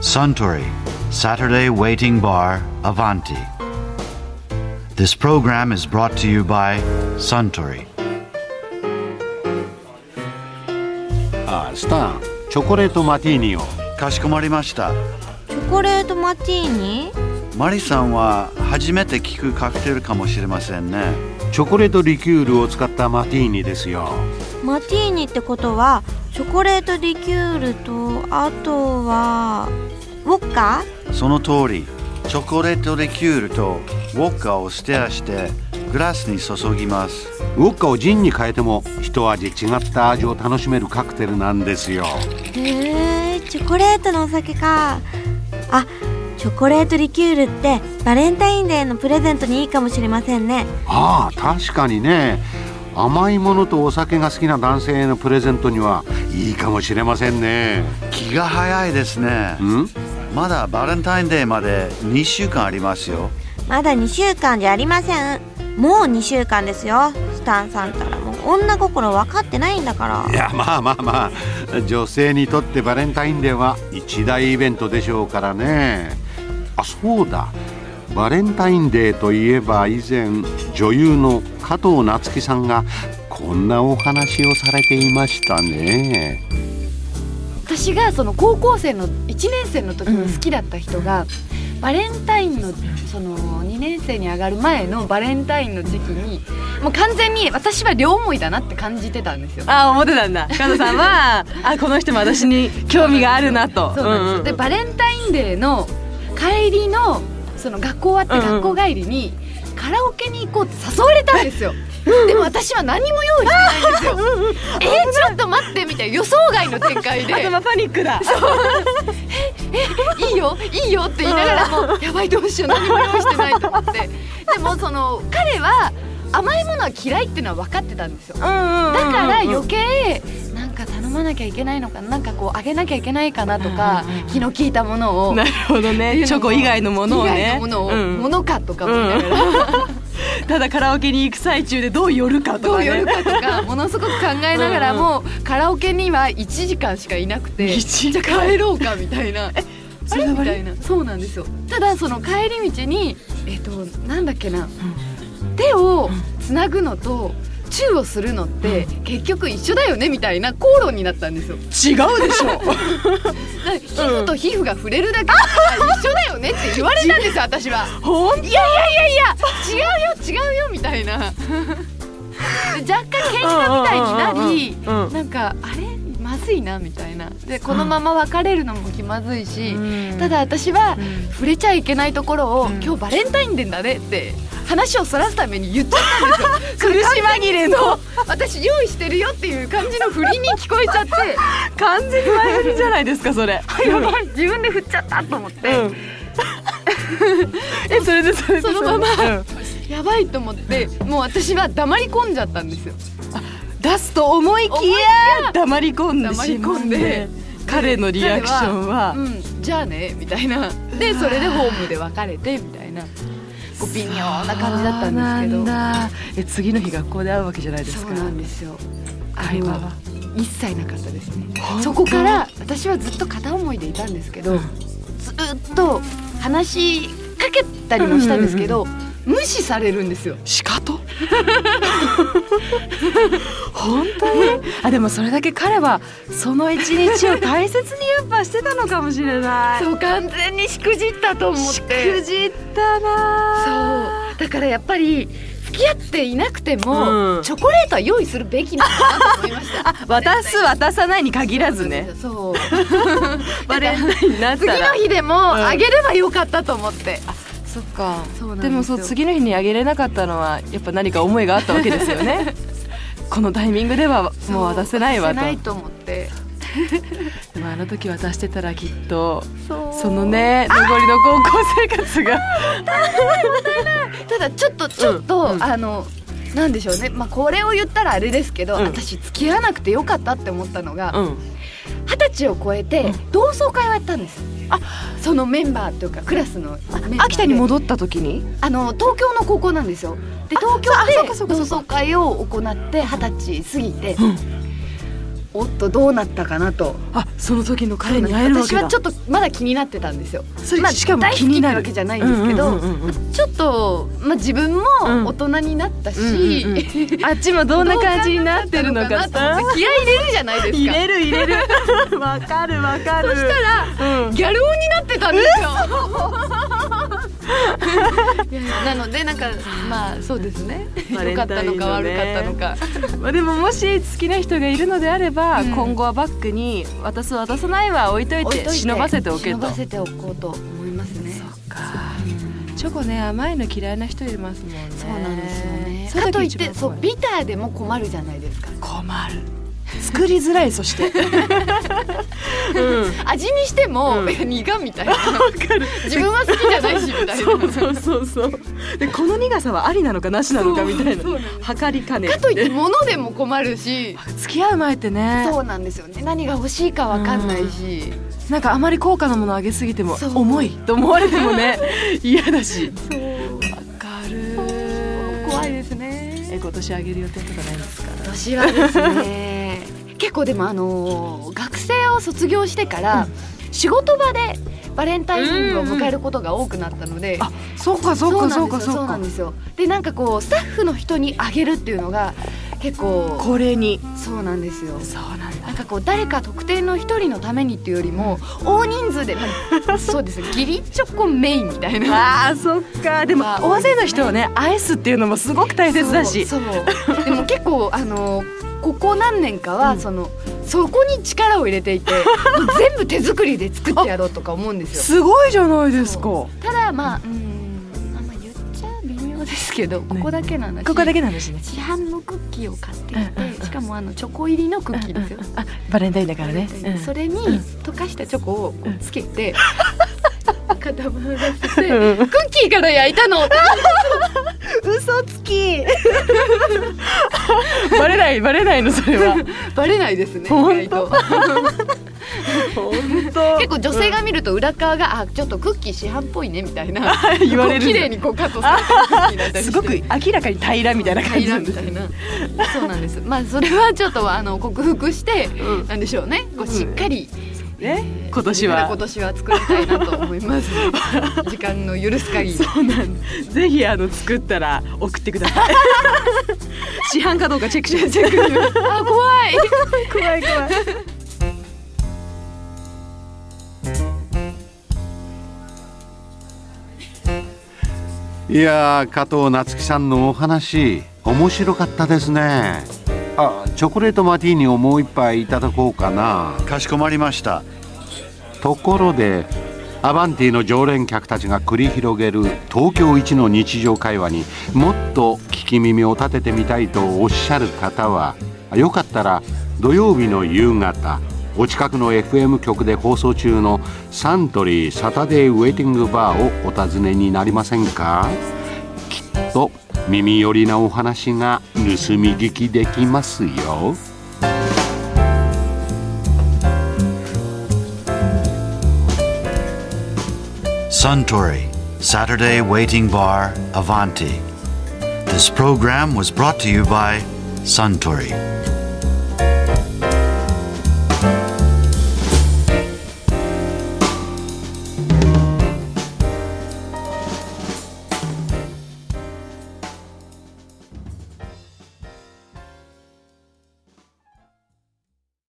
Suntory Saturday Waiting Bar Avanti. This program is brought to you by Suntory. あスタンチョコレートマティーニをかしこまりました。チョコレートマティーニマリさんは初めて聞くカクテルかもしれませんね。チョコレートリキュールを使ったマティーニですよマティーニってことはチョコレートリキュールとあとはウォッカその通り、チョコレートリキュールとウォッカをステアしてグラスに注ぎます。ウォッカをジンに変えても一味違った味を楽しめるカクテルなんですよへえチョコレートのお酒かあチョコレートリキュールってバレンタインデーのプレゼントにいいかもしれませんねああ確かにね甘いものとお酒が好きな男性へのプレゼントにはいいかもしれませんね気が早いですね。んまだバレンタインデーまで2週間ありますよ。まだ2週間じゃありませんもう2週間ですよスタンさんったらもう女心分かってないんだからいやまあまあまあ女性にとってバレンタインデーは一大イベントでしょうからねあそうだバレンタインデーといえば以前女優の加藤夏希さんがこんなお話をされていましたね私がその高校生の1年生の時に好きだった人が、バレンタインのその2年生に上がる前のバレンタインの時期にもう完全に私は両思いだなって感じてたんですよ。あ思ってたんだ加藤さんはあこの人も私に興味があるなとそうなんですよでバレンタインデーの帰りのその学校終わってうんうん学校帰りに、カラオケに行こうって誘われたんですよ。でも私は何も用意してないん ですよ。えー、ちょっと待ってみたいな予想外の展開で。頭パニックだいいよいいよって言いながらもうやばいどうしよう何も用意してないと思ってでもその彼は甘いものは嫌いっていうのは分かってたんですよだうんうんうんうんから余計なんか頼まなきゃいけないのかななんかこうあげなきゃいけないかなとか気の利いたものをなるほどっていうのねもチョコ以外のものをね以外のものを、うんものかとか思いながら、ただカラオケに行く最中でどう寄るかとどか、うね、やるかとかものすごく考えながらうんうんもうカラオケには1時間しかいなくて一じゃ あ帰ろうかみたいなあれれみたいなそうなんですよただその帰り道にえっ、となんだっけな、手をつなぐのとチューをするのって結局一緒だよねみたいな口論になったんですよ違うでし ょだから皮膚と皮膚が触れるだけだから一緒だよねって言われたんですよ私はほんいやいやいやいや違うよ違うよみたいなで若干喧嘩みたいになり、うんうんうんなんかあれまずいなみたいなでこのまま別れるのも気まずいし、うんただ私はん触れちゃいけないところを、今日バレンタインデーだねって話をそらすために言っちゃったんです よ苦し紛れの私用意してるよっていう感じの振りに聞こえちゃって完全に前振りじゃないですかそれやばい自分で振っちゃったと思って、 うんえそれでそれでそのままれでうんやばいと思ってもう私は黙り込んじゃったんですよ出すと思い思きいきや黙り込んでしまっ黙り込んでて彼のリアクションはうん、じゃあねみたい なでそれでホームで別れてみたいなこう微妙な感じだったんですけどすけどえ次の日学校で会うわけじゃないですそかうなんですよあれ会話はは一切なかったですね本当そこから私はずっと片思いでいたんですけど、ずっと話しかけたりもしたんですけど、無視されるんですよしかと本当にあでもそれだけ彼はその一日を大切にやっぱしてたのかもしれないそう完全にしくじったと思ってしくじったなそうだからやっぱり付き合っていなくても、うんチョコレートは用意するべきなんだなと思いました 渡す渡さないに限らずねそうバレンタインになっ次たの ら日でもあげればよかったと思って、そっかそうなんですでよもそう次の日にあげれなかったのはやっぱ何か思いがあったわけですよ ねこのタイミングではもう渡せないわ渡とせないと思ってでもあの時渡してたらきっとそうそのね残りの高校生活がただちょっとちょっと、うんうんあのなんでしょうねまあこれを言ったらあれですけど、うん私付き合わなくてよかったって思ったのがうん二十、歳を超えて同窓会をやったんですあそのメンバーというかクラスのメンバーで秋田に戻った時にあの東京の高校なんですよ。で東京で同窓会を行って二十歳過ぎて、おっとどうなったかなとあその時の彼に会えるわけ私だはちょっとまだ気になってたんですよそれまあ、しかも大好気にきってなるわけじゃないんですけど、うんうんうんうんちょっと、まあ、自分も大人になったし、うんうん うんあっちもどんな感じになってるのかどうなさったのかなと思って気合い入れるじゃないですか入れる入れる わかるわかるそしたらうんギャル男になってたんですよ いやなのでなんかまあそうですねバレ良ンかっタたイのンかのね悪かったのかまあでももし好きな人がいるのであれば、うん今後はバッグに渡す渡さないは置いといて置いといて忍ばせておけ忍とばせておこうと思いますねそっかチョコね甘いの嫌いな人いますもんねそうなんですよねそれかだとけいっ一番てそう困るビターでも困るじゃないですか困る作りづらいそして、うん味見しても、うんいや苦みたいな自分は好きじゃないしみたいな そうそうそうそうでこの苦さはありなのかなしなのかみたいなそうなんです測りかねかといって物でも困るし付き合う前ってねそうなんですよね何が欲しいかわかんないし、なんかあまり高価なものあげすぎてもそう重いと思われても ね嫌だしわかる怖いですねえ今年あげる予定とかないんですか今年はですね結構でもあのー学生を卒業してから仕事場でバレンタインを迎えることが多くなったので、あそうかそうかそうかそそううなかんですよそうなんですよでなんかこうスタッフの人にあげるっていうのが結構これにそうなんですよそうなんだなんかこう誰か特定の一人のためにっていうよりも大人数で、ま あそうですね義理チョコメインみたいなあーそっかでもまあ大勢の人をね愛すっていうのもすごく大切だしそうそう でも結構あのここ何年かは、そのそこに力を入れてい てもう全部手作りで作ってやろうとか思うんですよすごいじゃないですそかこただまあうんあんま言っちゃ微妙ですけどここだけの話、こだけなんですね市販のクッキーを買ってきうんうんうんてしかもあのチョコ入りのクッキーですよあバレンタインだからねうんそれに溶かしたチョコをこうつけて固まらせてうんクッキーから焼いたの 嘘つきバレないバレないのそれはバレないですね本当意外と本当結構女性が見ると裏側が、あちょっとクッキー市販っぽいねみたいな 言われるこう綺麗にこうカットされたクッキーになったりしてすごく明らかに平らみたいな感じ平らなみんですたいな そうなんですまあそれはちょっとあの克服して、うんなんでしょうねこうしっかり、ね今年は今年は作りたいなと思い ます時間の許す限りそうなんですぜひあの作ったら送ってくだ さい市販かどうかチェックしますチェックあ怖い怖い怖いいやー加藤夏樹さんのお話面白かったですねあチョコレートマティーニをもう一杯いただこうかなかしこまりましたところでアバンティの常連客たちが繰り広げる東京一の日常会話にもっと聞き耳を立ててみたいとおっしゃる方はよかったら土曜日の夕方お近くの FM 局で放送中のサントリーサタデーウェイティングバーをお尋ねになりませんかきっと耳寄りなお話が盗み聞きできますよ。 Suntory, Saturday Waiting Bar, Avanti. This program was brought to you by Suntory.